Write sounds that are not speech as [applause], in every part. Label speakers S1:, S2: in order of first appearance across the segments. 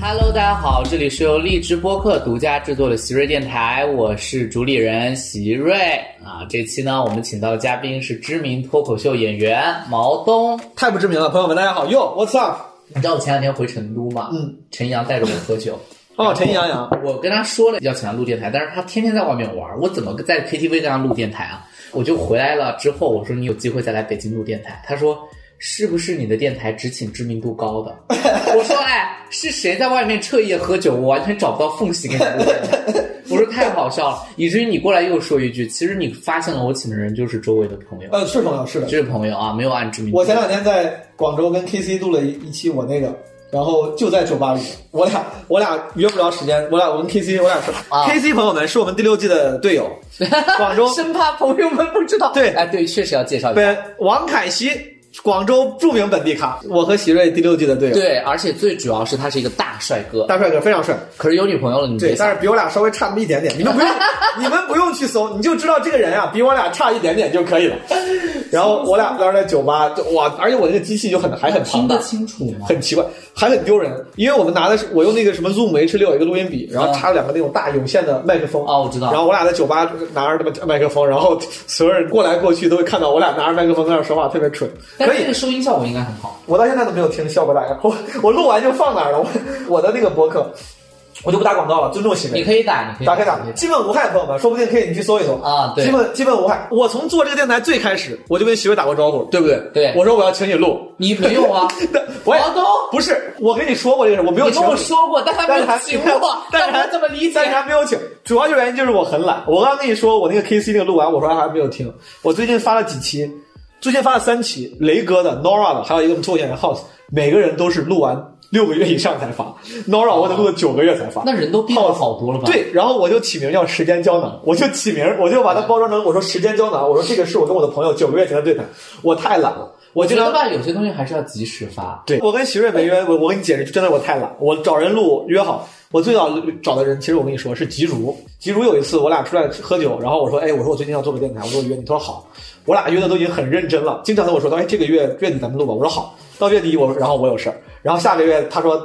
S1: Hello，大家好，这里是由荔枝播客独家制作的席瑞电台，我是主理人席瑞啊。这期呢，我们请到的嘉宾是知名脱口秀演员毛东。
S2: 太不知名了，朋友们，大家好哟，What's up？
S1: 你知道我前两天回成都嘛？
S2: 嗯，
S1: 陈阳带着我喝酒，
S2: 哦，陈阳阳，
S1: 我跟他说了要请他录电台，但是他天天在外面玩，我怎么在 KTV 跟他录电台啊？我就回来了之后，我说你有机会再来北京录电台，他说。是不是你的电台只请知名度高 [laughs] 的？我说，哎，是谁在外面彻夜喝酒？我完全找不到缝隙给你录电台。我说太好笑了，以至于你过来又说一句，其实你发现了我请的人就是周围的朋友，
S2: 呃，是朋友，是的
S1: 就。是朋友啊，没有按知名度。
S2: 我前两天在广州跟 KC 录了一一期我那个，然后就在酒吧里，我俩我俩约不着时间，我俩我跟 KC 我俩是、
S1: 啊
S2: KC 朋友们是我们第六季的队
S1: [laughs]
S2: 友，广州
S1: 生怕朋友们不知道。
S2: 对
S1: 哎，对，确实要介绍一下。
S2: 本王凯西，广州著名本地咖，我和席瑞第六季的队友，
S1: 对，而且最主要是他是一个大帅哥，
S2: 大帅哥非常帅，
S1: 可是有女朋友了，你
S2: 对
S1: 别，想
S2: 但是比我俩稍微差那么一点点，你们不用
S1: [laughs]
S2: 你们不用去搜，你就知道这个人啊比我俩差一点点就可以了。然后我俩当时在酒吧，就哇，而且我那个机器就很还很庞
S1: 听
S2: 大
S1: 得。清楚吗？
S2: 很奇怪，还很丢人，因为我们拿的是我用那个什么 Zoom H 六一个录音笔，然后
S1: 啊
S2: 插了两个那种大有线的麦克风，
S1: 哦，我知道。
S2: 然后我俩在酒吧拿着那个麦克风，然后所有人过来过去都会看到我俩拿着麦克风在那儿说话，特别蠢。
S1: 但
S2: 可
S1: 是这
S2: 以
S1: 个，收音效果应该很好。
S2: 我到现在都没有听效果咋样，我我录完就放那儿了。我我的那个博客，我就不打广告了，尊重行
S1: 你
S2: 为。
S1: 可以打，你可以
S2: 打开打
S1: 你可
S2: 开，
S1: 以
S2: 基本无害，朋友们，说不定可以你去搜一搜。
S1: 啊，对
S2: 基，本基本无害。我从做这个电台最开始，我就跟徐伟打过招呼，对不对？
S1: 对
S2: 我说我要请你录，
S1: 你没有啊？
S2: 那 [laughs] 我也
S1: 毛东，
S2: 不是，我跟你说过这个事，我没有
S1: 你
S2: 请
S1: 跟我
S2: 你
S1: 说过，但他没
S2: 但是
S1: 有
S2: 还
S1: 请我，
S2: [laughs] 但是
S1: 但
S2: 还
S1: 我怎么理解
S2: 但？是还没有请，主要就原因就是我很懒。我刚跟你说，我那个 KC 那个录完，我说还没有听。我最近发了几期，最近发了三期，雷哥的、Nora 的，还有一个我们做演员 House，每个人都是录完六个月以上才发。Nora 我得录了九个月才发。
S1: 那人都变了好多了吧？，
S2: 对，然后我就起名叫时间胶囊，我就起名，我就把它包装成我说时间胶囊，我说这个是我跟我的朋友九个月前的对谈，我太懒了，我
S1: 我觉
S2: 经
S1: 得
S2: 常
S1: 吧，有些东西还是要及时发。
S2: 对，我跟徐瑞没约，我我跟你解释，真的我太懒，我找人录约好。我最早找的人，其实我跟你说是吉如。吉如有一次我俩出来喝酒，然后我说，哎，我说我最近要做个电台，我说我约你，他说好。我俩约的都已经很认真了，经常跟我说，哎，这个月月底咱们录吧。我说好。到月底我然后我有事儿，然后下个月他说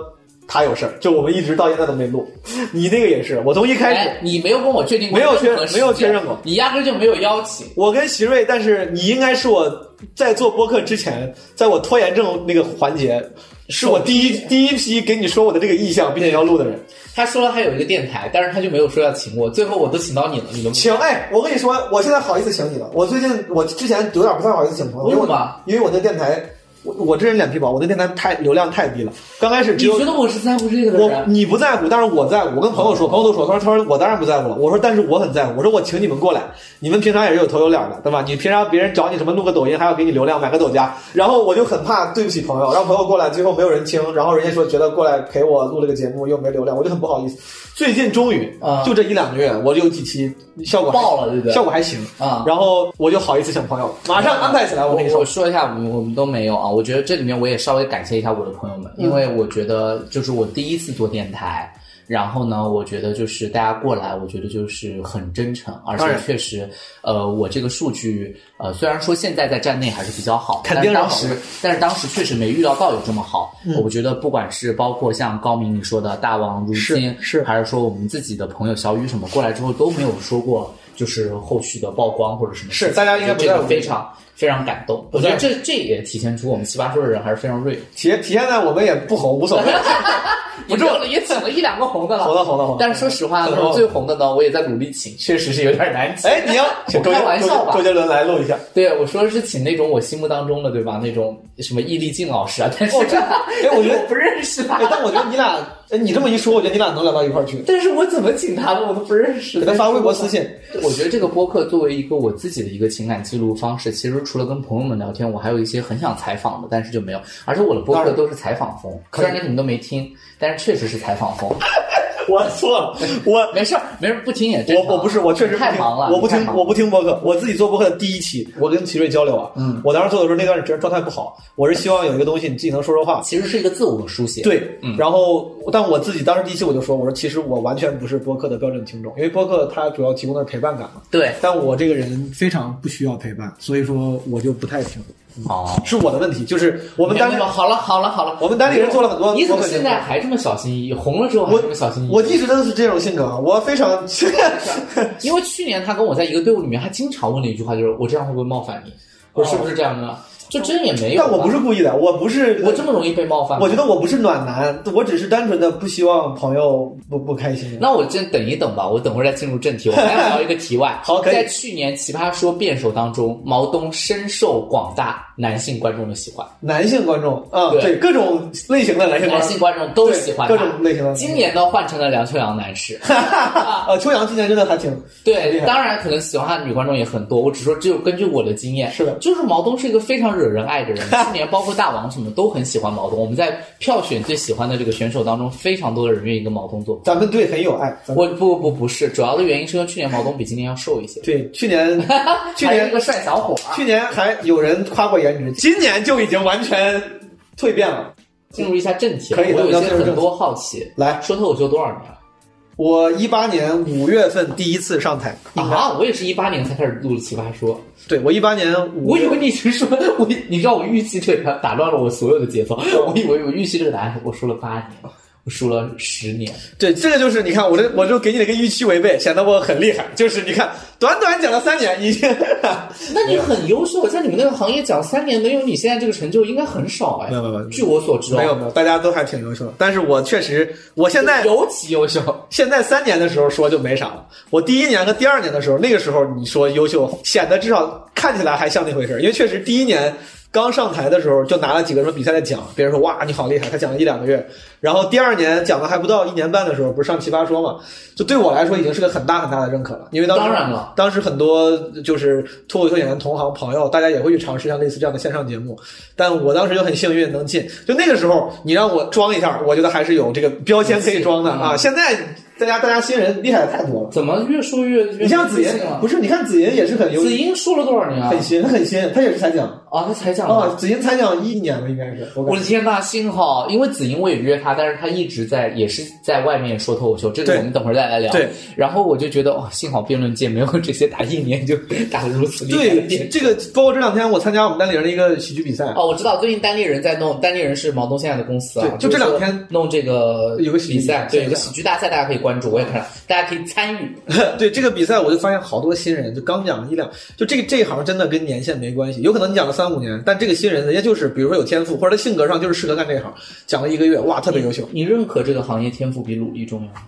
S2: 他有事儿，就我们一直到现在都没录。你那个也是，我从一开始。
S1: 哎，你没有跟我确定过
S2: 没有
S1: 任
S2: 确
S1: 何时间
S2: 没有确认过
S1: 你压根儿就没有邀请。
S2: 我跟席瑞，但是你应该是我在做播客之前，在我拖延症那个环节，是我第一第一批给你说我的这个意向，并且要录的人。
S1: 他说了他有一个电台，但是他就没有说要请我，最后我都请到你了，你都
S2: 请哎，我跟你说，我现在好意思请你了。我最近我之前有点不太好意思请朋友，
S1: 为
S2: 因
S1: 什
S2: 为我
S1: 么？
S2: 因为我的电台，我我这人脸皮薄，我的电台太流量太低了。刚开始
S1: 你
S2: 只有
S1: 觉得我是嗯在乎这个的
S2: 我
S1: 人？
S2: 你不在乎，但是我在乎。我跟朋友说，朋友都说，他说他说我当然不在乎了。我说但是我很在乎。我说我请你们过来，你们平常也是有头有脸的，对吧？你平常别人找你什么录个抖音，还要给你流量买个抖加，然后我就很怕对不起朋友，让朋友过来，最后没有人听，然后人家说觉得过来陪我录这个节目又没流量，我就很不好意思。最近终于
S1: 啊
S2: 就这一两个月，我有几期效果还
S1: 爆了，对不对？
S2: 效果还行，
S1: 啊。
S2: 然后我就好意思请朋友了，马上安排起来。我
S1: 我
S2: 跟你说
S1: 我，说一下，我们我们都没有啊。我觉得这里面我也稍微感谢一下我的朋友
S2: 嗯
S1: 们，因为我觉得就是我第一次做电台，然后呢，我觉得就是大家过来，我觉得就是很真诚，而
S2: 当
S1: 且
S2: 然
S1: 确实，呃，我这个数据，呃，虽然说现在在站内还是比较好，
S2: 肯定是
S1: 但
S2: 好嗯
S1: 当时，但是当时确实没预料到有这么好。我觉得不管是包括像高明你说的大王如今，
S2: 是是
S1: 还是说我们自己的朋友小雨什么过来之后都没有说过。就是后续的曝光或者什么事情，
S2: 是大家应该
S1: 我
S2: 不
S1: 觉得
S2: 在
S1: 这个
S2: 乎
S1: 非常非常感动。我
S2: 不
S1: 觉
S2: 在
S1: 得
S2: 乎
S1: 这这也体现出我们奇葩说的人还是非常 real。
S2: 体体现在我们也不红，
S1: [laughs]
S2: 无所谓，
S1: 不重了，也请了一两个红的
S2: 红
S1: 了。
S2: 的红的红的。
S1: 但是说实话，
S2: 红
S1: 那
S2: 的
S1: 种最红的呢，我也在努力请，确实是有点难请。
S2: [laughs] 哎，你要请周杰
S1: 我开玩笑吧
S2: 周杰伦来录一下。
S1: 对，我说是请那种我心目当中的，对吧？那种什么易立竞老师啊，但是
S2: 哦这哎， [laughs] 我觉得，
S1: 不认识他
S2: 哎，，但我觉得你俩，哎，你这么一说，我觉得你俩能聊到一块儿去。
S1: 但是我怎么请他们我都不认识。
S2: 给他发微博私信，
S1: 我觉得这个播客作为一个我自己的一个情感记录方式，其实除了跟朋友们聊天，我还有一些很想采访的，但是就没有。而且我的播
S2: 当
S1: 客
S2: 然
S1: 都是采访风，
S2: 可以
S1: 虽然你们都没听，但是确实是采访风。
S2: [laughs] 我错了，我
S1: [laughs] 没事儿，没人不听也正
S2: 我
S1: 常。
S2: 我不是，我确实不
S1: 太
S2: 听
S1: 忙了，
S2: 我不
S1: 你
S2: 听
S1: 太，忙
S2: 我不听播客。我自己做播客的第一期，我跟齐瑞交流啊，
S1: 嗯，
S2: 我当时做的时候那段时间状态不好，我是希望有一个东西你自己能说说话，
S1: 其实是一个自我书写。，
S2: 对
S1: 嗯，
S2: 然后但我自己当时第一期我就说，我说其实我完全不是播客的标准听众，因为播客它主要提供的是陪伴感嘛。
S1: 对，
S2: 但我这个人非常不需要陪伴，所以说我就不太听，
S1: 哦，
S2: 是我的问题。就是嗯我们单立，
S1: 好了好了好了，
S2: 我们单立人做了很多
S1: 你怎么
S2: 播客节
S1: 现
S2: 目
S1: 在还这么小心翼翼？红了之后还这么小心翼
S2: 我
S1: 翼？
S2: 一直都是这种性格，我非常
S1: 因为去年他跟我在一个队伍里面，他经常问了一句话，就是我这样会不会冒犯你？我是不是这样的？就真也没有吧，
S2: [laughs] 但我不是故意的，我不是
S1: 我这么容易被冒犯吗，
S2: 我觉得我不是暖男，我只是单纯的不希望朋友不不开心。
S1: 那我先等一等吧，我等会儿再进入正题。我还要聊一个题外。
S2: [laughs] 好可以
S1: 在去年《奇葩说》辩手当中，毛东深受广大男性观众的喜欢，
S2: 男性观众啊，
S1: 对
S2: 对各种类型的男性
S1: 男
S2: 观众
S1: 性观众都喜欢
S2: 对各种
S1: 他。
S2: 类型的。
S1: 今年呢，换成了梁秋阳男
S2: [laughs]
S1: 士。
S2: 啊，秋阳今年真的还挺厉
S1: 对，
S2: 害
S1: 当然可能喜欢他的女观众也很多。我只说，只有根据我的经验，
S2: 是的
S1: 就是毛东是一个非常惹人爱的
S2: [laughs]
S1: 人。去年包括大王什么都很喜欢毛东。我们在票选最喜欢的这个选手当中，非常多的人愿意跟毛东做。
S2: 咱们对很有爱。咱们
S1: 我不不不是，主要的原因是因为去年毛东比今年要瘦一些。
S2: 对
S1: [laughs]
S2: 去年去
S1: 还是一
S2: 年
S1: 个帅小伙儿，
S2: 去年还有人夸过颜值，今年就已经完全蜕变了。
S1: 进入一下正题，
S2: 可以
S1: 我有
S2: 那我
S1: 些
S2: 们进入
S1: 很
S2: 正题
S1: 多好奇。
S2: 来，
S1: 说脱口秀多少年了？
S2: 我一八年五月份第一次上台，应该、
S1: 啊，我也是一八年才开始录的《奇葩说》，
S2: 对我一八年五
S1: 我以为你是说我，你知道我预期这个打乱了我所有的节奏，我以为我预期这个答案，我输了八年，我输了十年。
S2: 对，这个就是你看，我这我就给你了一个预期违背，显得我很厉害。就是你看，短短讲了三年，已经 [laughs]
S1: 那你很优秀，在你们那个行业讲三年，能有你现在这个成就应该很少哎。
S2: 没有没有没有
S1: 据我所知哦，
S2: 没有没有，大家都还挺优秀的。但是我确实，我现在
S1: 尤其优秀。
S2: 现在三年的时候说就没啥了。我第一年和第二年的时候，那个时候你说优秀，显得至少看起来还像那回事儿。因为确实第一年刚上台的时候，就拿了几个什么比赛的奖，别人说哇你好厉害，才讲了一两个月。然后第二年讲的还不到一年半的时候，不是上奇葩说嘛，就对我来说已经是个很大很大的认可了。因为当时
S1: 当然了，
S2: 当时很多就是脱口秀演员同行朋友，大家也会去尝试像类似这样的线上节目。但我当时就很幸运能进，就那个时候你让我装一下，我觉得还是有这个标签可以装的啊。现在大家大家新人厉害的太多了，
S1: 怎么越说越？越
S2: 你像子
S1: 自
S2: 银
S1: 信了
S2: 不是？你看子银也是很优
S1: 子，英说了多少年啊？
S2: 很新很新，他也是才讲
S1: 啊，他才讲了
S2: 啊，子银才讲一年吧，应该是我
S1: 我
S2: 感
S1: 的
S2: 觉。
S1: 天呐，幸好，因为子英我也约他，但是他一直在，也是在外面说脱口秀，这个
S2: 对
S1: 我们等会儿再来聊。
S2: 对，
S1: 然后我就觉得，哦，幸好辩论界没有这些打一年就打得如此厉害的
S2: 对
S1: 辩，
S2: 这个包括这两天我参加我们单立人的一个喜剧比赛，
S1: 哦，我知道，最近单立人在弄，单立人是毛东现在的公司啊
S2: 对，就这两天
S1: 弄这个
S2: 有个喜剧
S1: 比赛，
S2: 比赛
S1: 对，有个喜剧大赛，大家可以关注，我也看了，大家可以参与。
S2: 对这个比赛，我就发现好多新人，就刚讲了一两，就这个这一行真的跟年限没关系，有可能你讲了三五年，但这个新人人家就是，比如说有天赋，或者他性格上就是适合干这一行，讲了一个月，哇，特别优秀。
S1: 你认可这个行业天赋比努力重要吗？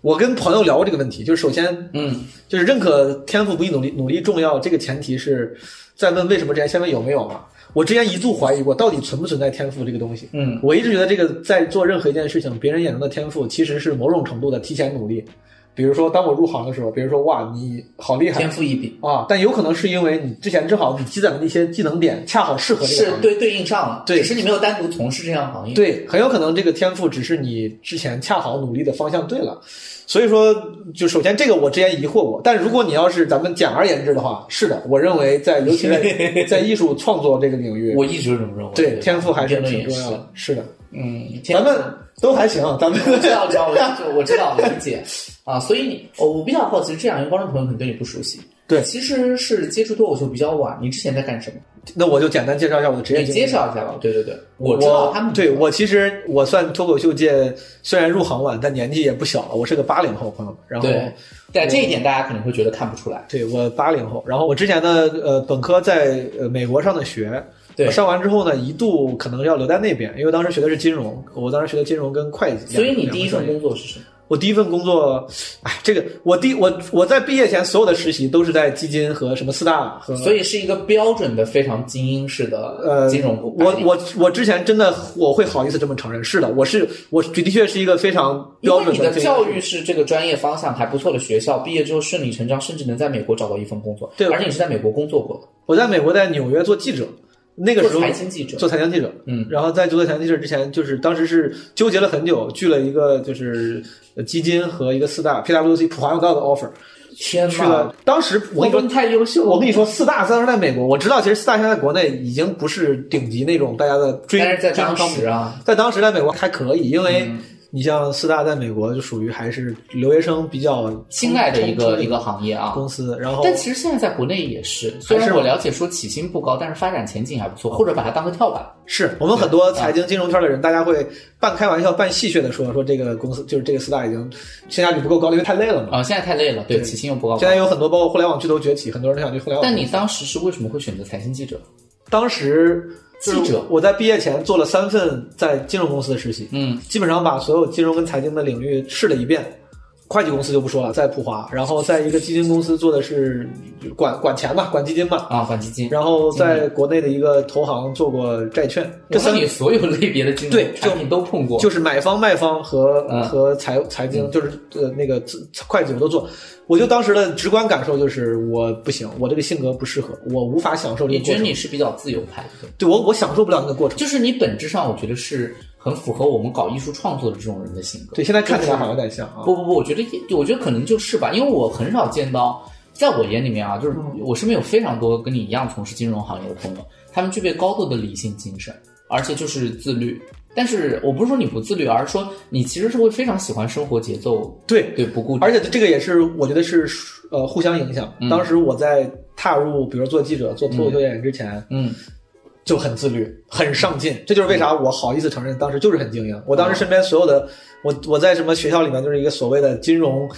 S2: 我跟朋友聊过这个问题，就是首先
S1: 嗯，
S2: 就是认可天赋不比努力努力重要，这个前提是在问为什么之前先问有没有嘛。我之前一度怀疑过，到底存不存在天赋这个东西。
S1: 嗯，
S2: 我一直觉得这个在做任何一件事情，别人眼中的天赋其实是某种程度的提前努力。比如说，当我入行的时候，别人说哇，你好厉害，
S1: 天赋异禀，
S2: 啊，但有可能是因为你之前正好你积攒的那些技能点恰好适合这个
S1: 是
S2: 行业，
S1: 对对应上了，
S2: 对
S1: 只是你没有单独从事这项行业。
S2: 对，很有可能这个天赋只是你之前恰好努力的方向对了。所以说，就首先这个我之前疑惑过，但如果你要是咱们简而言之的话，是的，我认为在尤
S1: [laughs]
S2: 其在在艺术创作这个领域，
S1: 我一直这么认为，
S2: 对
S1: 吧
S2: 天赋还是
S1: 辩论
S2: 挺
S1: 也
S2: 重要
S1: 是，
S2: 的。是的，
S1: 嗯，天
S2: 咱
S1: 赋
S2: 们
S1: [laughs]
S2: 都还行，咱们
S1: 我知道，我知啊道，我就我知道，我理解啊。所以你，哦，我比较好奇，这两位观众朋友可能对你不熟悉。
S2: 对
S1: 其实是接触脱口秀比较晚。你之前在干什么？
S2: 那我就简单介绍一下我的职业
S1: 你
S2: 经历。
S1: 介绍一下吧。对对对，我知道他们
S2: 对我其实我算脱口秀界虽然入行晚，但年纪也不小了，我是个八零后朋友们。然后
S1: 对，但这一点大家可能会觉得看不出来。
S2: 对我八零后，然后我之前呢，呃，本科在呃美国上的学，
S1: 对
S2: 我上完之后呢，一度可能要留在那边，因为当时学的是金融，我当时学的金融跟会计。
S1: 所以你
S2: 两个
S1: 第一份，
S2: 两个专业
S1: 工作是什么？
S2: 我第一份工作，哎，这个我第我我在毕业前所有的实习都是在基金和什么四大和。
S1: 所以是一个标准的非常精英式的
S2: 呃，
S1: 金融部。
S2: 我我我之前真的我会好意思这么承认，是的，我是我的确是一个非常
S1: 因
S2: 标
S1: 为
S2: 准
S1: 你的
S2: 这个
S1: 教育是这个专业方向还不错的学校，毕业之后顺理成章，甚至能在美国找到一份工作。
S2: 对
S1: 而且你是在美国工作过的，
S2: 我在美国在纽约做记者，那个时
S1: 做
S2: 候
S1: 财经记者。
S2: 做财经记者，
S1: 嗯，
S2: 然后在做财经记者之前，就是当时是纠结了很久，拒了一个就是呃基金和一个四大 PWC 普华永道的 offer，
S1: 天
S2: 去
S1: 哪！
S2: 了。当时我
S1: 我
S2: 跟
S1: 说
S2: 你说
S1: 你。太优秀了，
S2: 我跟你说，四大当时在美国，我知道其实四大现在国内已经不是顶级那种大家的追，
S1: 但是在
S2: 追
S1: 当
S2: 捧
S1: 时啊，嗯
S2: 在当时在美国还可以，因为你像四大在美国就属于还是留学生比较
S1: 青睐的一
S2: 冲冲
S1: 个一个行业啊。
S2: 公司，然后
S1: 但其实现在在国内也是，虽
S2: 还
S1: 然
S2: 是哦
S1: 我了解说起薪不高，但是发展前景还不错，或者把它当个跳板。
S2: 是我们很多财
S1: 啊
S2: 经金融圈的人，大家会半开玩笑、半戏谑的说，说这个公司就是这个四大已经性价比不够高了，因为太累了嘛。
S1: 啊、现在太累了，对，
S2: 嗯对
S1: 起薪又不高。
S2: 现在有很多包括互联网巨头崛起，很多人都想去互联
S1: 哦
S2: 网。
S1: 但你当时是为什么会选择财经记者？
S2: 当时就是
S1: 记者
S2: 我在毕业前做了三份在金融公司的实习，
S1: 嗯，
S2: 基本上把所有金融跟财经的领域试了一遍。会计公司就不说了，在普华，然后在一个基金公司做的是管管钱嘛，管基金嘛，
S1: 啊，反基金，
S2: 然后
S1: 嗯
S2: 在国内的一个投行做过债券，这
S1: 我
S2: 三
S1: 看你所有类别的金融
S2: 对
S1: 产品都碰过，
S2: 就是买方、卖方和、
S1: 嗯
S2: 和财财经，就是呃那个自会计我都做。我就当时的直观感受就是我不行，我这个性格不适合，我无法享受这
S1: 你
S2: 个
S1: 觉
S2: 过
S1: 得
S2: 程。
S1: 你是比较自由派的，对吧
S2: 对我，我享受不了那个过程。
S1: 就是你本质上我觉得是很符合我们搞艺术创作的这种人的性格。
S2: 对，现在看起来好像有点像啊。
S1: 不不不，我觉得也我觉得可能就是吧，因为我很少见到，在我眼里面啊，就是我身边有非常多跟你一样从事金融行业的朋友，他们具备高度的理性精神，而且就是自律。但是我不是说你不自律，而是说你其实是会非常喜欢生活节奏，
S2: 对，
S1: 对不固定。
S2: 而且这个也是我觉得是呃互相影响。当时我在踏入比如做记者、做脱口秀演员之前，
S1: 嗯，
S2: 就很自律，很上进。这就是为啥我好意思承认，当时就是很精英。我当时身边所有的，我我在什么学校里面就是一个所谓的金融。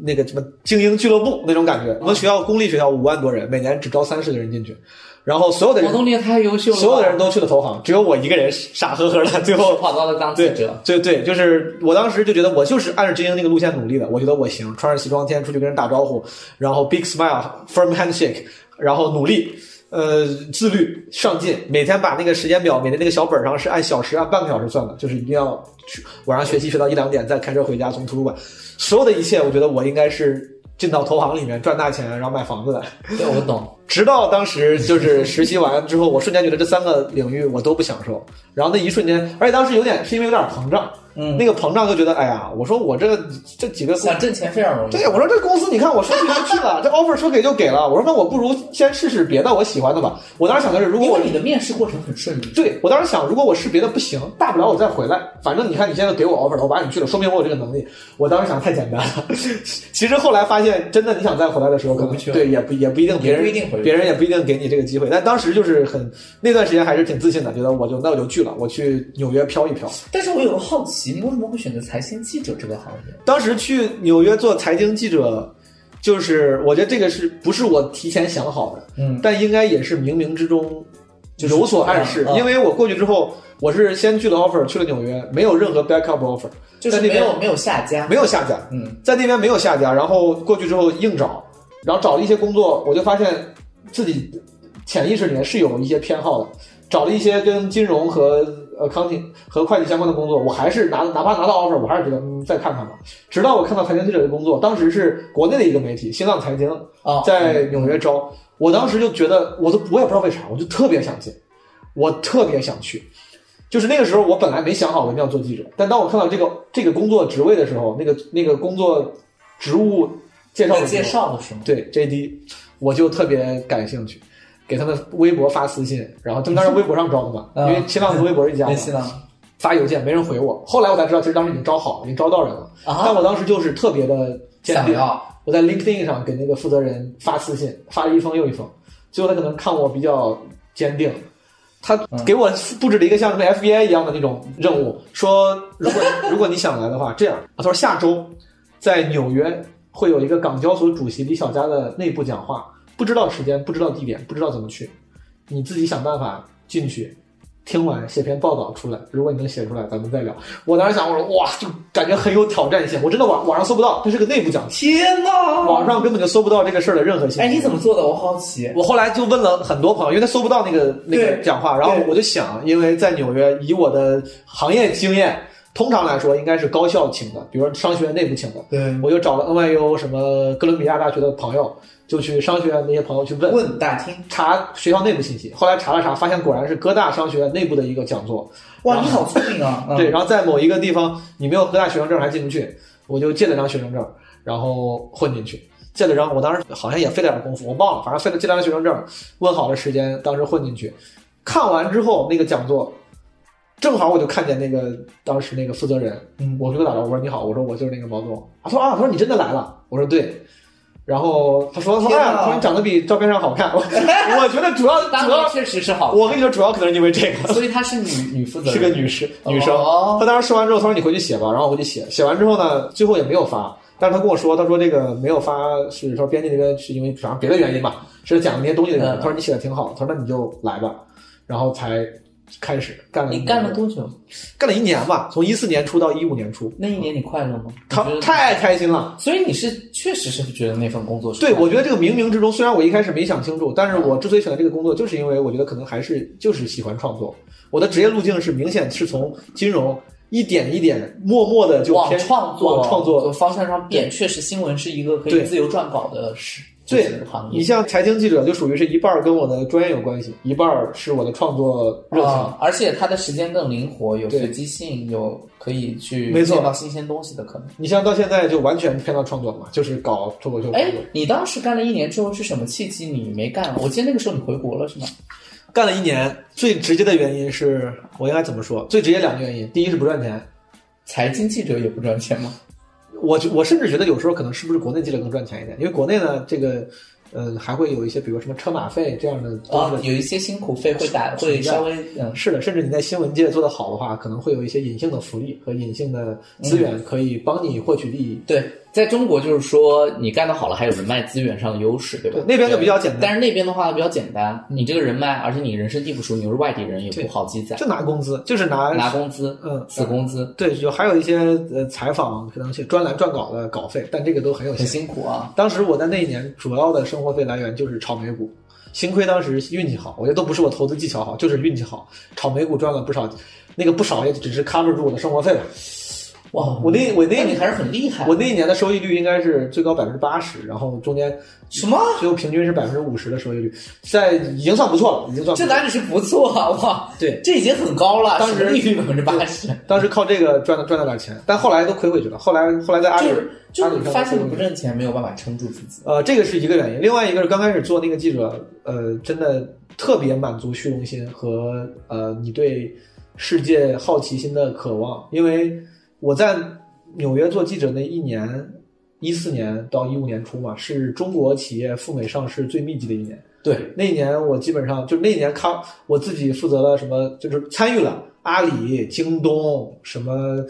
S2: 那个什么精英俱乐部那种感觉，我们学校公立学校五万多人，每年只招三十个人进去，然后所有的
S1: 活
S2: 人，
S1: 动力也太优秀了吧，
S2: 所有的人都去了投行，只有我一个人傻呵呵的，最后
S1: 跑到了当记
S2: 对
S1: 者。
S2: 对对，就是我当时就觉得我就是按照精英那个路线努力的，我觉得我行，穿着西装天出去跟人打招呼，然后 big smile firm handshake，然后努力。呃，自律上进，每天把那个时间表，每天那个小本上是按小时、按半个小时算的，就是一定要去晚上学习学到一两点，再开车回家，从图书馆，所有的一切，我觉得我应该是进到投行里面赚大钱，然后买房子的。
S1: 对，我懂。 [laughs]
S2: 直到当时就是实习完之后，我瞬间觉得这三个领域我都不享受。然后那一瞬间，而且当时有点是因为有点膨胀，
S1: 嗯
S2: 那个膨胀就觉得，哎呀，我说我这这几个公，
S1: 想挣钱非常容易。
S2: 对我说这公司，你看我说去就去了，这 offer 说给就给了，我说那我不如先试试别的我喜欢的吧。我当时想的是，如果
S1: 因
S2: 我
S1: 为你的面试过程很顺利。
S2: 对我当时想，如果我试别的不行，大不了我再回来。反正你看你现在给我 offer 了，我把你拒了，说明我有这个能力。我当时想太简单了， [laughs] 其实后来发现，真的你想再回来的时候，可
S1: 回
S2: 能
S1: 不去了
S2: 对也不也不一定别人
S1: 也不一定回
S2: 别人也不一定给你这个机会。但当时就是很那段时间还是挺自信的，觉得我就那我就拒了，我去纽约飘一飘。
S1: 但是我有个好奇，你为什么会选择财经记者这个行业？
S2: 当时去纽约做财经记者，就是我觉得这个是不是我提前想好的？
S1: 嗯，
S2: 但应该也是冥冥之中
S1: 就是
S2: 有所暗示
S1: 嗯，嗯
S2: 啊因为我过去之后，我是先拒了 offer，去了纽约，没有任何 backup offer，
S1: 就是
S2: 在那
S1: 没
S2: 边
S1: 有没有下家。
S2: 没有下家，
S1: 嗯，
S2: 在那边没有下家，然后过去之后硬找，然后找了一些工作，我就发现自己潜意识里面是有一些偏好的，找了一些跟金融和呃 accounting 和会计相关的工作，我还是拿哪怕拿到 offer，我还是觉得嗯再看看吧。直到我看到财经记者的工作，当时是国内的一个媒体新浪财经，
S1: 哦，
S2: 在纽约招，我当时就觉得，我都我也不知道为啥，我就特别想进，我特别想去。就是那个时候，我本来没想好我一定要做记者，但当我看到这个这个工作职位的时候，那个那个工作职务介绍的
S1: 被
S2: 时
S1: 介
S2: 候
S1: 绍的时候，
S2: 对 JD，我就特别感兴趣，给他们微博发私信，然后他们当时微博上招的嘛，因
S1: [laughs] 嗯
S2: 为新浪和微博是一家嘛
S1: 联，系了
S2: 发邮件没人回我，后来我才知道，其实当时已经招好了，已经招到人了，但
S1: 啊，
S2: 我当时就是特别的坚
S1: 想
S2: 定，
S1: 要
S2: 我在 LinkedIn 上给那个负责人发私信，发了一封又一封，最后他可能看我比较坚定，他给我布置了一个像什么 FBI 一样的那种任务，说如果 [laughs] 如果你想来的话，这样，他说下周在纽约会有一个港交所主席李小加的内部讲话，不知道时间，不知道地点，不知道怎么去，你自己想办法进去。听完写篇报道出来，如果你能写出来，咱们再聊。我当时想，我说哇，就感觉很有挑战性。我真的网网上搜不到，这是个内部讲话。
S1: 天哪
S2: 网上根本就搜不到这个事儿的任何信息。
S1: 哎，你怎么做的？我好奇。
S2: 我后来就问了很多朋友，因为他搜不到那个那个
S1: 对
S2: 讲话，然后
S1: 对
S2: 我就想，因为在纽约，以我的行业经验，通常来说应该是高校请的，比如说商学院内部请的，
S1: 对，
S2: 我就找了 NYU 什么哥伦比亚大学的朋友，就去商学院那些朋友去问
S1: 问大厅。
S2: 查学校内部信息。后来查了查，发现果然是哥大商学院内部的一个讲座，
S1: 哇，你好聪明啊！嗯
S2: 对，，然后在某一个地方你没有哥大学生证还进不去，我就借了张学生证，然后混进去。借了张，我当时好像也费了点功夫，我忘了，反正费了借了张学生证，问好了时间，当时混进去。看完之后那个讲座，正好我就看见那个当时那个负责人，
S3: 嗯
S2: 我跟他打招呼，我说你好，我说我就是那个毛总。他说啊，他说你真的来了，我说对。然后他说他说
S3: 天
S2: 哎
S3: 哪
S2: 呀，他说你长得比照片上好看。我我觉得
S3: [laughs]
S2: 主要
S1: 当
S2: 主
S1: 年
S2: 要，
S1: 确实是好看，
S2: 我跟你说主要可能是因为这个，
S1: 所以她是女女负责
S2: 是
S1: 人，
S2: 个女士女生。
S1: 哦
S2: 他当时说完之后，他说你回去写吧，然后我回去写，写完之后呢，最后也没有发。但是他跟我说，他说这个没有发是说编辑那边是因为反正别的原因吧，是讲那些东西的原因。
S1: 嗯
S2: 他说你写的挺好，他说那你就来吧，然后才开始干了一
S1: 你
S2: 年。
S1: 干了多久？
S2: 干了一年吧，从一四年初到一五年初，
S1: 那一年你快乐吗？你
S2: 他
S1: 觉得
S2: 太开心了。
S1: 所以你是确实是觉得那份工作是
S2: 对，我觉
S1: 得
S2: 得这个冥冥之中，虽然我一开始没想清楚，但是我之所以选择这个工作，就是因为我觉得可能还是就是喜欢创作。我的职业路径是明显是从金融一点一点默默的就
S1: 往
S2: 偏
S1: 创作
S2: 往创作
S1: 和方向上变，确实新闻是一个可以
S2: 对
S1: 自由撰稿的事
S2: 对
S1: 就是行
S2: 你
S1: 业
S2: 像财经记者，就属于是一半儿跟我的专业有关系，一半儿是我的创作热情。
S1: 啊，而且它的时间更灵活，有
S2: 对
S1: 随机性，有可以去
S2: 没错
S1: 见到新鲜东西的可能。
S2: 你像到现在就完全偏到创作嘛，就是搞脱口秀
S1: 哎
S2: 工作，，
S1: 你当时干了一年之后是什么契机？你没干了？我记得那个时候你回国了是吗？
S2: 干了一年。最直接的原因是我应该怎么说？最直接两个原因，第一是不赚钱，
S1: 财经记者也不赚钱吗？
S2: 我觉我甚至觉得有时候可能是不是国内记者更赚钱一点，因为国内呢这个。嗯，还会有一些，比如什么车马费这样的
S1: 啊
S2: 东西，
S1: 有一些辛苦费会
S2: [laughs]
S1: 打，会稍微嗯，
S2: 是的，甚至你在新闻界做得好的话，可能会有一些隐性的福利和隐性的资
S1: 嗯
S2: 源可以帮你获取利益。
S1: 对，在中国就是说你干得好了，还有人脉资源上的优势，对吧
S2: 对，？那边就比较简单，
S1: 但是那边的话比较简单，你这个人脉，而且你人生地不熟，你又是外地人，也
S2: 对
S1: 不好积攒，
S2: 就拿工资，就是拿
S1: 拿工资，
S2: 嗯
S1: 死工资，
S2: 对，有还有一些呃采访，可能写专栏撰稿的稿费，但这个都很有
S1: 很
S2: 限。
S1: 辛苦啊。
S2: 当时我在那一年主要的生活费来源就是炒美股，幸亏当时运气好，我觉得都不是我投资技巧好，就是运气好，炒美股赚了不少，那个不少也只是 cover 住我的生活费吧。
S1: 哇，
S2: 我那我那一
S1: 你
S2: 年
S1: 还是很厉害。
S2: 哦我那一年的收益率应该是最高百分之八十，然后中间
S1: 什么？
S2: 最后平均是百分之五十的收益率，在已经算不错了，已经算不
S1: 这
S2: 错了
S1: 哪里是不错啊！哇，
S2: 对。
S1: 这已经很高了，
S2: 当时
S1: 什么利率百分之八十，
S2: 当时靠这个赚了赚了点钱，但后来都亏回去了。后来后来在阿里
S1: 就是就
S2: 阿里
S1: 是
S2: 上的
S1: 发现
S2: 收益
S1: 你不挣钱，没有办法撑住自己。
S2: 呃，这个是一个原因，另外一个是刚开始做那个记者，呃，真的特别满足虚荣心和呃你对世界好奇心的渴望。因为我在纽约做记者那一年，一四年到一五年初嘛，是中国企业赴美上市最密集的一年。
S1: 对，
S2: 那一年我基本上就那一年看我自己负责了什么，就是参与了阿里、京东、什么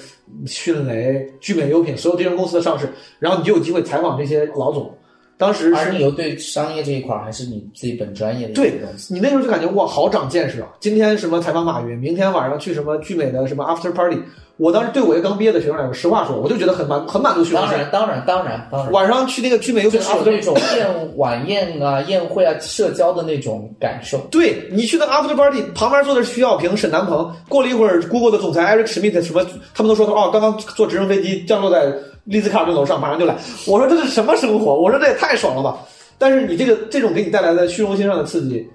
S2: 迅雷、聚美优品所有这些公司的上市，然后你就有机会采访这些老总。当时
S1: 而
S2: 是
S1: 你又对商业这一块儿还是你自己本专业的一
S2: 对
S1: 个东西。
S2: 你那时候就感觉哇，好长见识啊！今天什么采访马云，明天晚上去什么聚美的什么 after party。我当时对我一个刚毕业的学生来说，实话说，我就觉得很满很满足学生
S1: 当。然，当然，当然，当然。
S2: 晚上去那个聚美优
S1: 就
S2: 品
S1: 是有那
S2: after，
S1: 种宴晚宴啊、宴会啊、社交的那种感受。
S2: 对你去那 after party，旁边坐的是徐小平、沈南鹏。过了一会儿，Google 的总裁 Eric Schmidt 什么，他们都说他哦，刚刚坐直升飞机降落在丽兹卡尔顿楼上，马上就来。我说这是什么生活？我说这也太爽了吧！但是你这个这种给你带来的虚荣心上的刺激，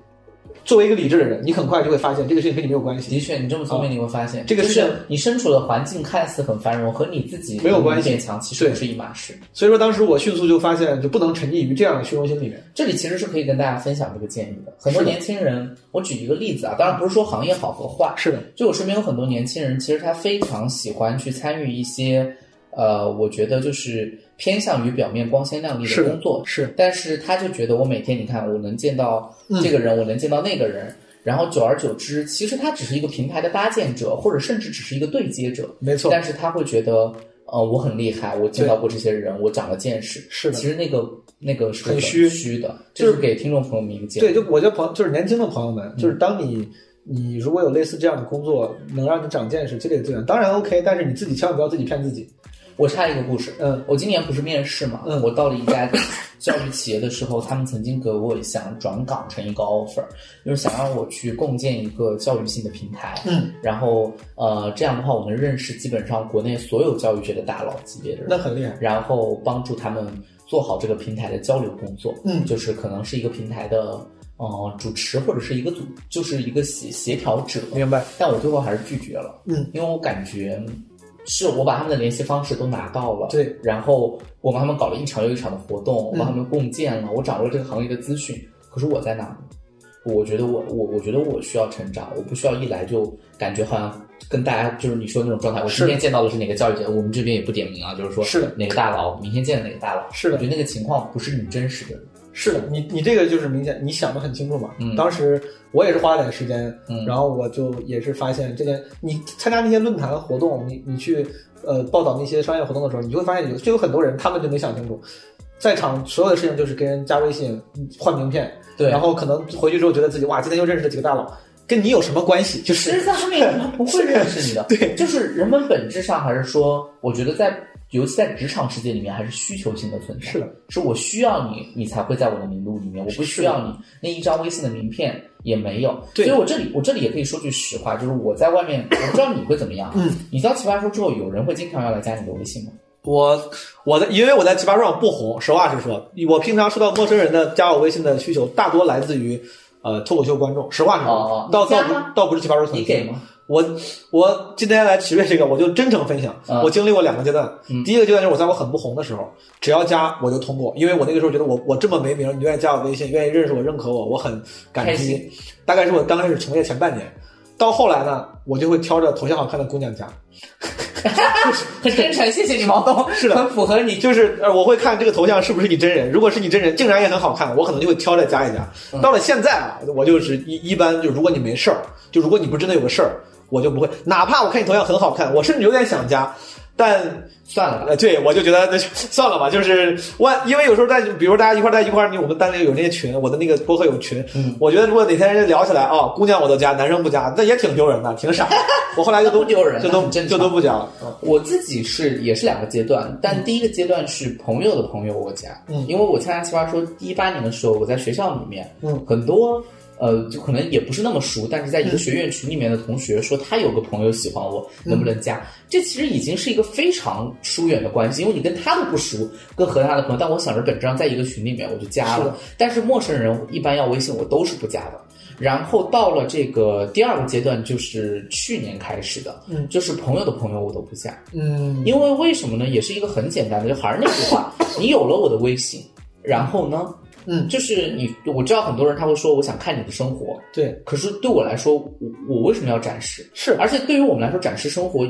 S2: 作为一个理智的人，你很快就会发现这个事情跟你没有关系。
S1: 的确，你这么聪明，你会发现，
S2: 哦这个
S1: 就是是你身处的环境看似很繁荣，和你自己
S2: 没有关系
S1: 变强，其实不是一码事。
S2: 所以说，当时我迅速就发现，就不能沉溺于这样的虚荣心里面。
S1: 这里其实是可以跟大家分享这个建议的。很多
S2: 是的
S1: 年轻人，我举一个例子啊，当然不是说行业好和坏，
S2: 是的，
S1: 就我身边有很多年轻人，其实他非常喜欢去参与一些，呃，我觉得就是偏向于表面光鲜亮丽
S2: 是
S1: 的
S2: 的
S1: 工作，
S2: 是
S1: 但是他就觉得我每天你看我能见到
S2: 嗯
S1: 这个人，我能见到那个人，然后久而久之，其实他只是一个平台的搭建者，或者甚至只是一个对接者，
S2: 没错，
S1: 但是他会觉得，呃，我很厉害，我见到过这些人，我长了见识。
S2: 是的
S1: 其实那个那个是
S2: 很虚
S1: 虚的，
S2: 就是
S1: 就是给听众朋友们一个建议。
S2: 对，就我觉得朋友，就是年轻的朋友们，
S1: 嗯
S2: 就是当你你如果有类似这样的工作，能让你长见识，积累资源，当然 OK，但是你自己千万不要自己骗自己。
S1: 我插一个故事，
S2: 嗯，
S1: 我今年不是面试嘛，
S2: 嗯
S1: 我到了一家教育企业的时候，他们曾经给我想转岗成一个 offer，就是想让我去共建一个教育性的平台，
S2: 嗯，
S1: 然后呃这样的话，我能认识基本上国内所有教育界的大佬级别的人，
S2: 那很厉害。
S1: 然后帮助他们做好这个平台的交流工作。
S2: 嗯
S1: 就是可能是一个平台的呃主持或者是一个组，就是一个协协调者。
S2: 明白，
S1: 但我最后还是拒绝了，
S2: 嗯，
S1: 因为我感觉是我把他们的联系方式都拿到了，
S2: 对，
S1: 然后我帮他们搞了一场又一场的活动，我
S2: 嗯
S1: 帮他们共建了，我掌握了这个行业的资讯，可是我在哪呢？我觉得我我我觉得我需要成长，我不需要一来就感觉好像跟大家就是你说的那种状态。我今天见到的是哪个教育界，我们这边也不点名啊，就是说
S2: 是的
S1: 哪个大佬，明天见哪个大佬，
S2: 是的
S1: 我觉得那个情况不是你真实的。
S2: 是的，你你这个就是明显你想的很清楚嘛。
S1: 嗯
S2: 当时我也是花了点时间，
S1: 嗯
S2: 然后我就也是发现这件，你参加那些论坛活动，你你去呃报道那些商业活动的时候，你就会发现有就有很多人他们就没想清楚，在场所有的事情就是跟人加微信换名片，
S1: 对，
S2: 然后可能回去之后觉得自己哇今天又认识了几个大佬，跟你有什么关系？
S1: 其
S2: 就是。
S1: 实他们也不会认识你的
S2: 对，
S1: [laughs] 就是人们本质上还是说，我觉得在尤其在职场世界里面，还是需求性的存在。
S2: 是的，
S1: 是我需要你，你才会在我的名录里面。我不需要你那一张微信的名片也没有。
S2: 对
S1: 所以我这里我这里也可以说句实话，就是我在外面，我不知道你会怎么样。啊
S2: 嗯，
S1: 你到奇葩说之后，有人会经常要来加你的微信吗？
S2: 我我在因为我在奇葩说上不红，实话实说，我平常收到陌生人的加我微信的需求，大多来自于呃脱口秀观众。实话实说，
S1: 哦哦
S2: 倒倒
S1: 你加吗
S2: 不倒不是奇葩说粉丝。
S1: 你给 [laughs] 吗？
S2: 我我今天来奇瑞这个，我就真诚分享，
S1: 嗯
S2: 我经历过两个阶段。
S1: 嗯
S2: 第一个阶段就是我在我很不红的时候，只要加我就通过，因为我那个时候觉得我我这么没名，你愿意加我微信，愿意认识我、认可我，我很感
S1: 开
S2: 激
S1: 心。
S2: 大概是我刚开始从业前半年，到后来呢，我就会挑着头像好看的姑娘加。
S1: 很真诚，谢谢你，毛东，
S2: 是的
S1: 很符合你。
S2: 就是呃，我会看这个头像是不是你真人，如果是你真人，竟然也很好看，我可能就会挑着加一加。
S1: 嗯
S2: 到了现在啊，我就是一一般就如果你没事儿，就如果你不真的有个事儿，我就不会，哪怕我看你头像很好看，我甚至有点想加，但
S1: 算了吧，
S2: 呃，对我就觉得那就算了吧，就是万，因为有时候在，比如说大家一块儿在一块儿，你我们单位有那些群，我的那个博客有群，
S1: 嗯
S2: 我觉得如果哪天人家聊起来啊、哦姑娘我都加，男生不加，那也挺丢人的，挺
S1: [laughs]
S2: 傻的。我后来就都
S1: 不丢人啊
S2: 就都
S1: 很正常
S2: 就都不加了。嗯
S1: 我自己是也是两个阶段，但第一个阶段是朋友的朋友我加，
S2: 嗯
S1: 因为我参加奇葩说第一八年的时候，我在学校里面，
S2: 嗯，
S1: 很多呃，就可能也不是那么熟，但是在一个学院群里面的同学说他有个朋友喜欢我，
S2: 嗯
S1: 能不能加？这其实已经是一个非常疏远的关系，因为你跟他都不熟，跟和他的朋友，但我想着本质上在一个群里面我就加
S2: 是
S1: 了
S2: 的，
S1: 但是陌生人一般要微信我都是不加的。然后到了这个第二个阶段，就是去年开始的，
S2: 嗯
S1: 就是朋友的朋友我都不加，
S2: 嗯，
S1: 因为为什么呢？也是一个很简单的，就还是那句话，你有了我的微信，然后呢，
S2: 嗯
S1: 就是你，我知道很多人他会说我想看你的生活，
S2: 对，
S1: 可是对我来说，我我为什么要展示？
S2: 是
S1: 而且对于我们来说，展示生活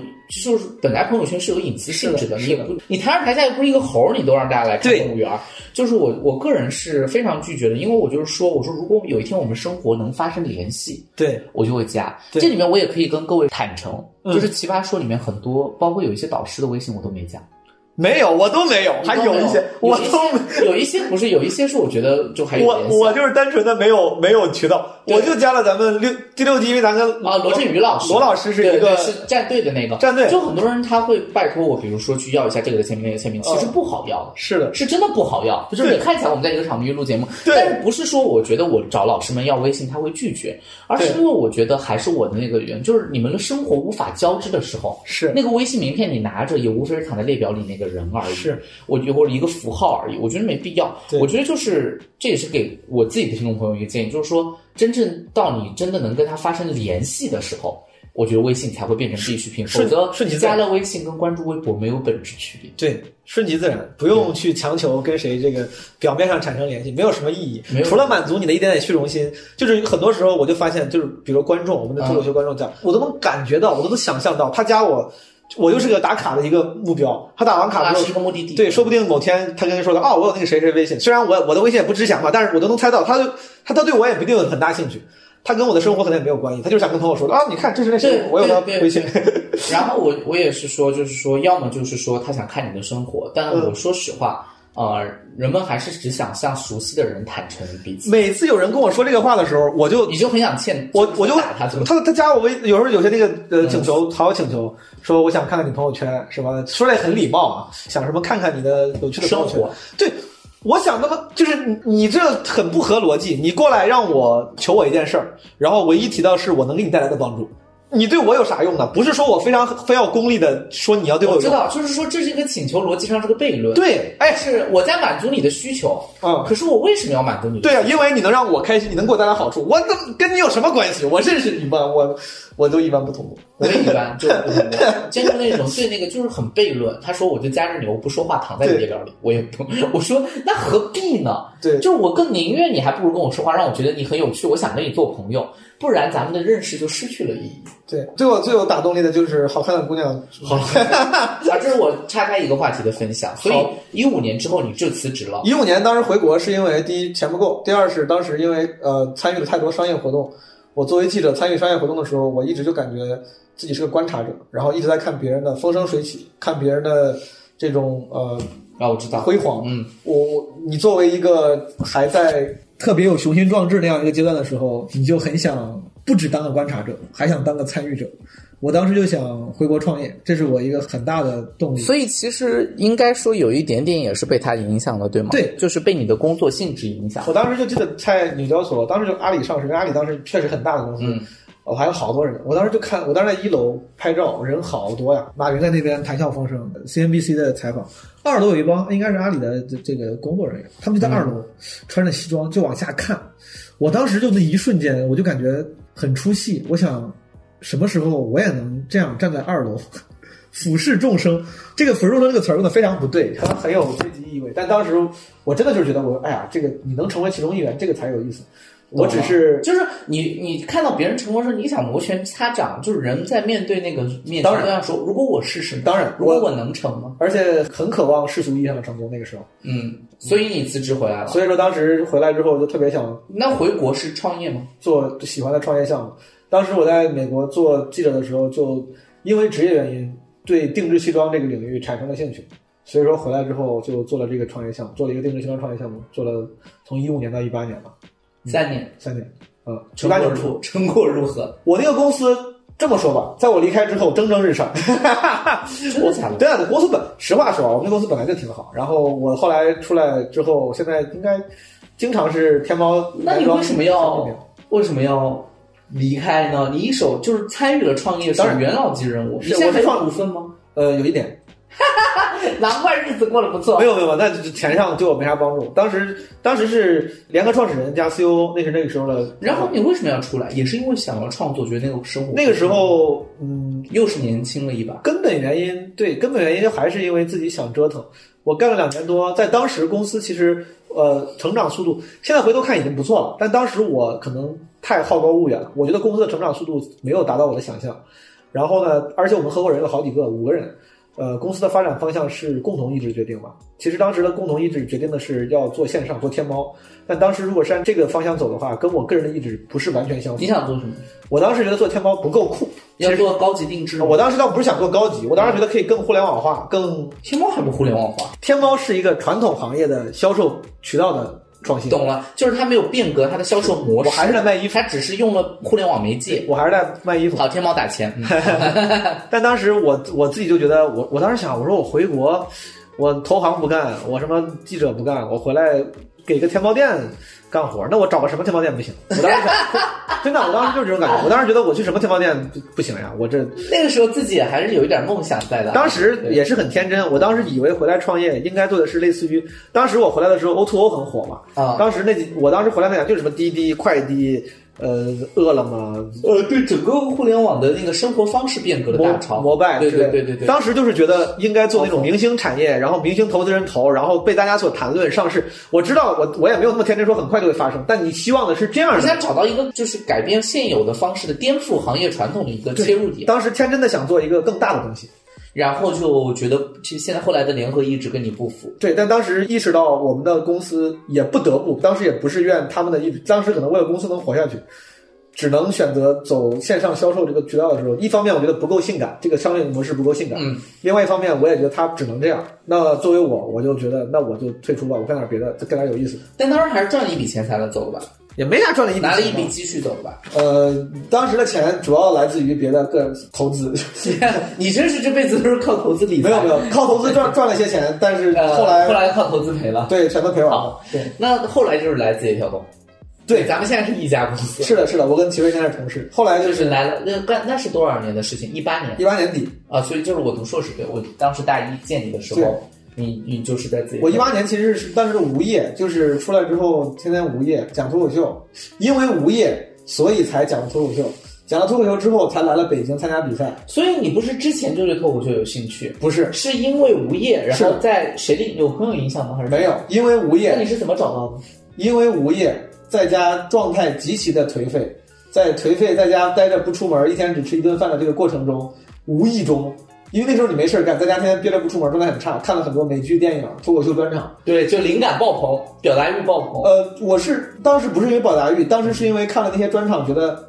S1: 就是本来朋友圈是有隐私性质的，
S2: 是
S1: 你
S2: 的
S1: 也不，你台上台下又不是一个猴儿，你都让大家来看
S2: 对
S1: 动物园儿。就是我我个人是非常拒绝的，因为我就是说，我说如果有一天我们生活能发生联系，
S2: 对，
S1: 我就会加。
S2: 对
S1: 这里面我也可以跟各位坦诚，
S2: 嗯
S1: 就是奇葩说里面很多，包括有一些导师的微信我都没加，
S2: 没有，我都没有，还
S1: 都没
S2: 一些，我
S1: 有一
S2: 都没
S1: 些有一些不是有一些是我觉得就还有
S2: 我
S1: 联系。
S2: 我就是单纯的没有没有渠道，
S1: 对
S2: 我就加了咱们六第六集，因为咱跟
S1: 啊，罗振宇老师，
S2: 罗老师是
S1: 对
S2: 一
S1: 对
S2: 个
S1: 是战队的那个
S2: 战队
S1: 就很多人他会拜托我，比如说去要一下这个的签名，那个签名，其实不好要的。
S2: 是的，
S1: 是真的不好要，就是
S2: 嗯对
S1: 你看起来我们在一个场面录节目，
S2: 对
S1: 但是不是说我觉得我找老师们要微信他会拒绝，而是
S2: 对
S1: 因为我觉得还是我的那个人，就是你们的生活无法交织的时候，
S2: 是
S1: 那个微信名片你拿着，也无非是躺在列表里那个人而已。
S2: 是，
S1: 我觉得或者一个符号而已，我觉得没必要
S2: 对。
S1: 我觉得就是这也是给我自己的听众朋友一个建议，就是说，真正到你真的能跟他发生联系的时候，我觉得微信才会变成必需品，
S2: 是
S1: 否则
S2: 是你在
S1: 加了微信跟关注微博没有本质区别。
S2: 对，顺其自然，不用去强求跟谁这个表面上产生联系，没有什么意义
S1: 没，有
S2: 除了满足你的一点点虚荣心，就是很多时候我就发现，就是比如观众，我
S1: 啊
S2: 们的脱口秀观众讲，我都能感觉到，我都能想象到，他加我，我就是个打卡的一个目标，他打完卡
S1: 啊，
S2: 之后
S1: 是一个目的地。
S2: 对，说不定某天他跟人说的哦，我有那个谁谁微信，虽然我我的微信也不值钱吧，但是我都能猜到，他就他他对我也不一定有很大兴趣，他跟我的生活可能也没有关系，他就是想跟朋友说的啊，你看这是那谁
S1: 对，
S2: 我有他
S1: 对对
S2: 微信， [laughs]
S1: 然后我我也是说，就是说，要么就是说他想看你的生活，但
S2: 嗯
S1: 我说实话，呃，人们还是只想向熟悉的人坦诚彼此。
S2: 每次有人跟我说这个话的时候，我就
S1: 你就很想欠
S2: 嗯我我就
S1: 打他怎么嗯
S2: 他他加我微，有时候有些那个呃请求，好友请求说我想看看你朋友圈什么，说的也很礼貌啊，想什么看看你的有趣的朋
S1: 生
S2: 友圈
S1: 活，
S2: 对，我想那么就是你你这很不合逻辑，你过来让我求我一件事儿，然后唯一提到是我能给你带来的帮助，你对我有啥用呢？不是说我非常非要功利的说你要对我
S1: 我
S2: 有
S1: 知
S2: 用。
S1: 道，就是说这是一个请求逻辑上是个悖论。，
S2: 对，
S1: 但
S2: 哎，
S1: 是我在满足你的需求，
S2: 嗯，
S1: 可是我为什么要满足你？
S2: 对啊，，因为你能让我开心，你能给我带来好处，我怎么跟你有什么关系？我认识你吗？我我都一般不同步。
S1: 我也一般，就是
S2: 啊
S1: 不同的接受那种最那个就是很悖论。他说我就夹着牛不说话，躺在你列表里，我也不。我说那何必呢？
S2: 对
S1: 就是我更宁愿你还不如跟我说话，让我觉得你很有趣，我想跟你做朋友，不然咱们的认识就失去了意义。
S2: 对，对我最有打动力的就是好看的姑娘。好，
S1: [laughs] 啊，这是我岔开一个话题的分享。所
S2: 好
S1: 以一五年之后你就辞职了，
S2: 一五年当时回国是因为第一钱不够，第二是当时因为呃参与了太多商业活动。我作为记者参与商业活动的时候，我一直就感觉自己是个观察者，然后一直在看别人的风生水起，看别人的这种呃
S1: 啊，我知道，
S2: 辉煌。
S1: 嗯，
S2: 我我你作为一个还在特别有雄心壮志那样一个阶段的时候，你就很想不只当个观察者，还想当个参与者。我当时就想回国创业，这是我一个很大的动力。
S1: 所以其实应该说有一点点也是被他影响的，对吗？
S2: 对
S1: 就是被你的工作性质影响
S2: 我。当时就记得在纽交所，当时就阿里上市，阿里当时确实很大的公司，
S1: 嗯
S2: 哦，还有好多人。我当时就看，我当时在一楼拍照，人好多呀。马云在那边谈笑风生，CNBC 的采访。二楼有一帮应该是阿里的这这个工作人员，他们就在二楼、穿着西装就往下看。我当时就那一瞬间，我就感觉很出戏。我想，什么时候我也能这样站在二楼， [laughs] 俯视众生？这个“俯视众生”这个词儿用的非常不对，它很有非极意味。但当时我真的就是觉得我，哎呀，这个你能成为其中一员，这个才有意思。我只是
S1: 就是你，你看到别人成功的时候，你想摩拳擦掌，就是人在面对那个面前
S2: 当然
S1: 都要说，如果我试试呢，
S2: 当然
S1: 如果我能成吗？
S2: 而且很渴望世俗意义上的成功。那个时候，
S1: 嗯，所以你辞职回来了。
S2: 所以说当时回来之后就特别想
S1: 那回国是创业吗？
S2: 做喜欢的创业项目。当时我在美国做记者的时候，就因为职业原因对定制西装这个领域产生了兴趣，所以说回来之后就做了这个创业项目，做了一个定制西装创业项目，做了从一五年到一八年吧，
S1: 三年，
S2: 三年，嗯，一
S1: 成
S2: 八
S1: 果
S2: 年之后
S1: 如成果如 [laughs] 何？
S2: 我那个公司这么说吧，在我离开之后蒸蒸日上，
S1: 真
S2: 我
S1: 的假的？
S2: [laughs] 对啊，我公司本实话说啊，我们那公司本来就挺好。然后我后来出来之后，现在应该经常是天猫
S1: 那
S2: 男
S1: 你
S2: 装
S1: 为什么
S2: 产
S1: 要
S2: 品
S1: 为什么要离开呢？你一手就是参与了创业，
S2: 当然
S1: 是元老级人物，
S2: 是
S1: 你现
S2: 我
S1: 在
S2: 是
S1: 还
S2: 创
S1: 有股份吗？ [laughs]
S2: 呃有一点
S1: 难怪日子过得不错
S2: [laughs] 没。有没有，那钱上对我没啥帮助。当时当时是联合创始人加 CEO，那是那个时候的。
S1: 然后你为什么要出来？也是因为想要创作，觉得那个生活
S2: 那个时候，嗯，
S1: 又是年轻了一把。
S2: 根本原因对根本原因还是因为自己想折腾。我干了两年多，在当时公司其实呃成长速度，现在回头看已经不错了，但当时我可能太好高骛远了，我觉得公司的成长速度没有达到我的想象。然后呢，而且我们合伙人有好几个，五个人，呃，公司的发展方向是共同意志决定嘛。其实当时的共同意志决定的是要做线上，做天猫。但当时如果是按这个方向走的话，跟我个人的意志不是完全相
S1: 你
S2: 符。
S1: 想做什么？
S2: 我当时觉得做天猫不够酷，其
S1: 要
S2: 实
S1: 做高级定制吗？
S2: 我当时倒不是想做高级，我当时觉得可以更互联网化，更
S1: 天猫还不互联网化，
S2: 天猫是一个传统行业的销售渠道的创新。
S1: 懂了，就是它没有变革它的销售模
S2: 我
S1: 式，
S2: 还是在卖衣服，
S1: 它只是用了互联网媒介。
S2: 我还是在卖衣服。
S1: 好，天猫打钱，
S2: [laughs]
S1: 嗯
S2: 但当时我我自己就觉得我，我当时想，我说我回国，我投行不干，我什么记者不干，我回来给个天猫店干活，那我找个什么天猫店不行？我当时想，真的，我当时就是这种感觉。我当时觉得我去什么天猫店不不行呀，我这
S1: 那个时候自己也还是有一点梦想在的啊。
S2: 当时也是很天真，我当时以为回来创业应该做的是类似于，当时我回来的时候 O to O 很火嘛，
S1: 啊，
S2: 当时那几我当时回来那讲就是什么滴滴、快滴，呃，饿了么、
S1: 呃，对整个互联网的那个生活方式变革了大
S2: 摩
S1: 潮，
S2: 摩拜
S1: 对
S2: 之类
S1: 对
S2: 的
S1: 对对对，哦
S2: 当时就是觉得应该做那种明星产业，然后明星投资人投，然后被大家所谈论上市。我知道我我也没有那么天真说很快就会发生，但你希望的是这样
S1: 你
S2: 的。
S1: 想找到一个就是改变现有的方式的颠覆行业传统的一个切入点，
S2: 当时天真的想做一个更大的东西，
S1: 然后就觉得其实现在后来的联合意志跟你不符，
S2: 对，但当时意识到我们的公司也不得不，当时也不是怨他们的意志，当时可能为了公司能活下去，只能选择走线上销售这个渠道的时候，一方面我觉得不够性感，这个商业模式不够性感，
S1: 嗯，
S2: 另外一方面我也觉得他只能这样。那作为我，我就觉得那我就退出吧，我干点别的，干点有意思的，
S1: 但当时还是赚了一笔钱才能走的吧，
S2: 也没啥赚了一笔，
S1: 拿了一笔。积蓄走的吧。
S2: 呃，当时的钱主要来自于别的个人投资，
S1: [laughs] 你真是这辈子都是靠投资理财，
S2: 没有没有，靠投资赚赚了些钱，但是
S1: 呃，后
S2: 后来
S1: 来靠投资赔了。
S2: 对全都赔完了。对，
S1: 那后来就是来字节跳动，
S2: 对
S1: 咱们现在是一家公司，
S2: 是的，是的，我跟齐飞现在是同事，后来就
S1: 就是是来了，那干那是多少年的事情？一八年
S2: 一八年底，
S1: 啊，所以就是我读硕士，对我当时大一见你的时
S2: 对
S1: 候，你你就是在自己
S2: 我一八年其实是当时无业，就是出来之后天天无业讲脱口秀，因为无业所以才讲脱口秀，讲了脱口秀之后才来了北京参加比赛，
S1: 所以你不是之前就对脱口秀有兴趣，
S2: 不是
S1: 是因为无业，然
S2: 是
S1: 后
S2: 的
S1: 在谁的有朋友影响吗？还是
S2: 没有？，因为无
S1: 那
S2: 业
S1: 你是怎么找到的？
S2: 因为无业，在家状态极其的颓废，在颓废在家待着不出门，一天只吃一顿饭的这个过程中，无意中，因为那时候你没事儿干，在家天天憋着不出门，状态很差，看了很多美剧、电影、脱口秀专场。
S1: 对，就灵感爆棚，表达欲爆棚。
S2: 呃，我是当时不是因为表达欲，当时是因为看了那些专场，觉得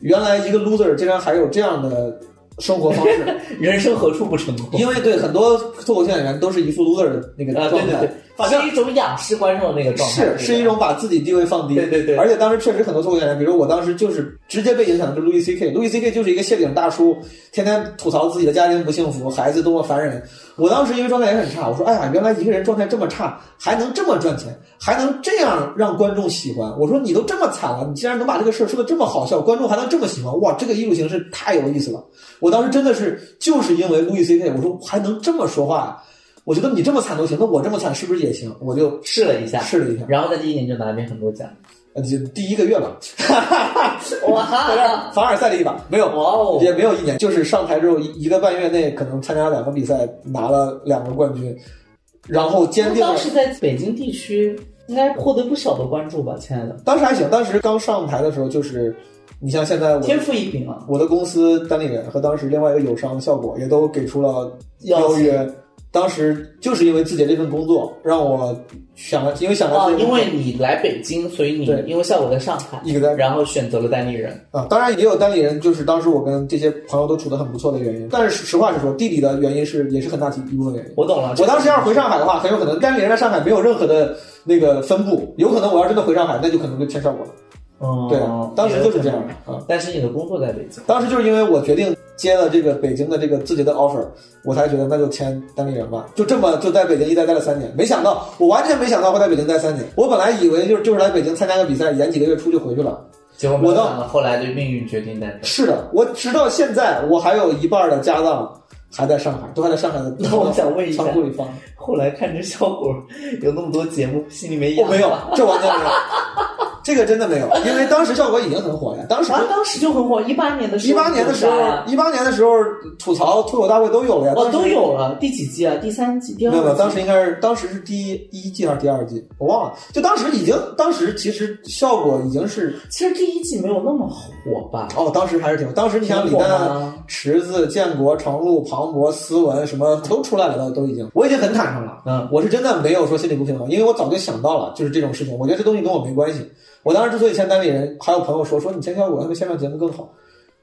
S2: 原来一个 loser 竟然还有这样的生活方
S1: [laughs]
S2: 式。
S1: 人生何处不成功？
S2: 因为对很多脱口秀演员都是一副 loser 的那个
S1: 啊，对
S2: 状态，
S1: 对
S2: 好
S1: 对，
S2: 像
S1: 是一种仰视观众的那个状态，
S2: 是是一种把自己地位放低。
S1: 对对对
S2: 而且当时确实很多脱口秀演员，比如我当时就是直接被影响的是路易 C K，路易 C K 就是一个谢顶大叔，天天吐槽自己的家庭不幸福，孩子多么烦人。我当时因为状态也很差，我说哎呀，原来一个人状态这么差，还能这么赚钱，还能这样让观众喜欢。我说你都这么惨了，你竟然能把这个事儿说的这么好笑，观众还能这么喜欢，哇，这个艺术形式太有意思了。我当时真的是就是因为路易 C K，我说还能这么说话呀。我觉得你这么惨都行，那我这么惨是不是也行？我就
S1: 试了一下，
S2: 试了一下，
S1: 然后在第一年就拿了很多
S2: [laughs]
S1: 奖。
S2: 呃，就第一个月吧，
S1: [laughs] 哇
S2: 凡尔赛了一把，没
S1: 哇
S2: 有，
S1: 哦！
S2: 也没有一年，就是上台之后一一个半月内，可能参加两个比赛，拿了两个冠军，然后坚定了
S1: 当。时在北京地区应该获得不小的关注吧，亲爱的，
S2: 当时还行，当时刚上台的时候，就是你像现在我
S1: 天赋异禀啊！
S2: 我的公司单立人和当时另外一个友商效果也都给出了邀
S1: 邀请
S2: 约。当时就是因为自己这份工作，让我想了，因为想到
S1: 哦
S2: 自，己
S1: 因为你来北京，所以你
S2: 对
S1: 因为效果在上海，
S2: 一个在
S1: 然后选择了单立人。
S2: 啊，当然也有单立人，就是当时我跟这些朋友都处得很不错的原因。但是实实话实说，地理的原因是也是很大一部分原因。
S1: 我懂了，
S2: 我当时要是回上海的话，很有可能单立人在上海没有任何的那个分布，有可能我要真的回上海，那就可能就签效果了。
S1: 嗯，
S2: 对啊，当时就是这样
S1: 也有可能。
S2: 啊。
S1: 但是你的工作在北京，
S2: 当时就是因为我决定接了这个北京的这个字节的 offer，我才觉得那就签单立人吧。就这么就在北京一待待了三年，没想到我完全没想到会在北京待三年。我本来以为就是就是来北京参加个比赛，演几个月出就回去了。
S1: 结果没有
S2: 我到
S1: 想到后来就命运决定在北京。
S2: 是的，我直到现在，我还有一半的家当还在上海，都还在上海的
S1: 那我想问一下
S2: 仓库里放。
S1: 后来看着效果有那么多节目，心里面
S2: 我
S1: 痒。
S2: 哦没有，这完全没有，这个真的没有，因为当时效果已经很火了。当时
S1: 啊，当时就很火，一八年的时候，
S2: 一八年的时候，一八年的时候吐槽脱口大会都有了呀，
S1: 哦，
S2: 当时
S1: 都。有了，第几季啊？第三季、第二
S2: 没
S1: 季？
S2: 有没有，当时应该是当时是第一一季还是第二季，我忘了。就当时已经，当时其实效果已经是
S1: 其实第一季没有那么火吧？
S2: 哦，当时还是挺。当时你想李
S1: 挺火啊
S2: 诞、
S1: 吗？
S2: 池子、建国、程璐、庞博、思文什么都出来了，都都已经，我已经很坦诚了。
S1: 嗯，
S2: 我是真的没有说心理不平衡，因为我早就想到了，就是这种事情。我觉得这东西跟我没关系。我当时之所以签单立人，还有朋友说说你签效果，他们线上节目更好。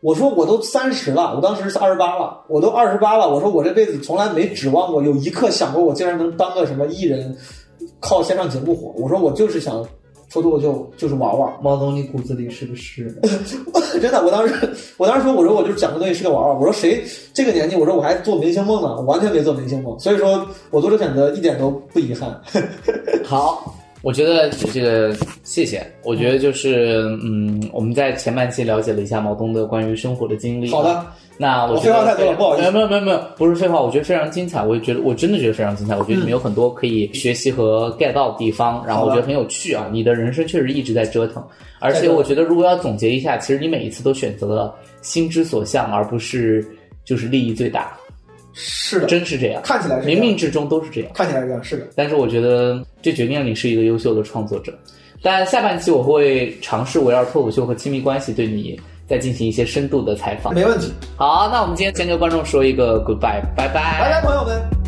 S2: 我说我都三十了，我当时是二十八了，我都二十八了。我说我这辈子从来没指望过，有一刻想过我竟然能当个什么艺人，靠线上节目火。我说我就是想说脱口秀，就是玩玩。
S1: 毛总，你骨子里是个诗人。
S2: [laughs] 真的，我当时，我当时说，我说我就是讲个东西是个玩玩。我说谁这个年纪，我说我还做明星梦呢，我完全没做明星梦。所以说我做这选择一点都不遗憾。
S1: 好，我觉得这个谢谢。我觉得就是嗯，我们在前半期了解了一下毛东的关于生活的经历。
S2: 好，的，
S1: 那我
S2: 我
S1: 觉得
S2: 废话太多了不好意思
S1: 没有没有没有，不是废话，我觉得非常精彩。我也觉得，我真的觉得非常精彩。我觉得你们有很多可以学习和 get 到的地方，然后我觉得很有趣啊。你的人生确实一直在折腾，而且我觉得如果要总结一下，其实你每一次都选择了心之所向，而不是就是利益最大，
S2: 是的，
S1: 真是这样。
S2: 看起来是这
S1: 冥
S2: 样
S1: 冥之中都是这样。
S2: 看起来是这样，是的，
S1: 但是我觉得这决定了你是一个优秀的创作者。但下半期我会尝试围绕脱口秀和亲密关系对你再进行一些深度的采访。
S2: 没问题。
S1: 好，那我们今天先跟观众说一个 goodbye，拜拜
S2: 拜拜，朋友们。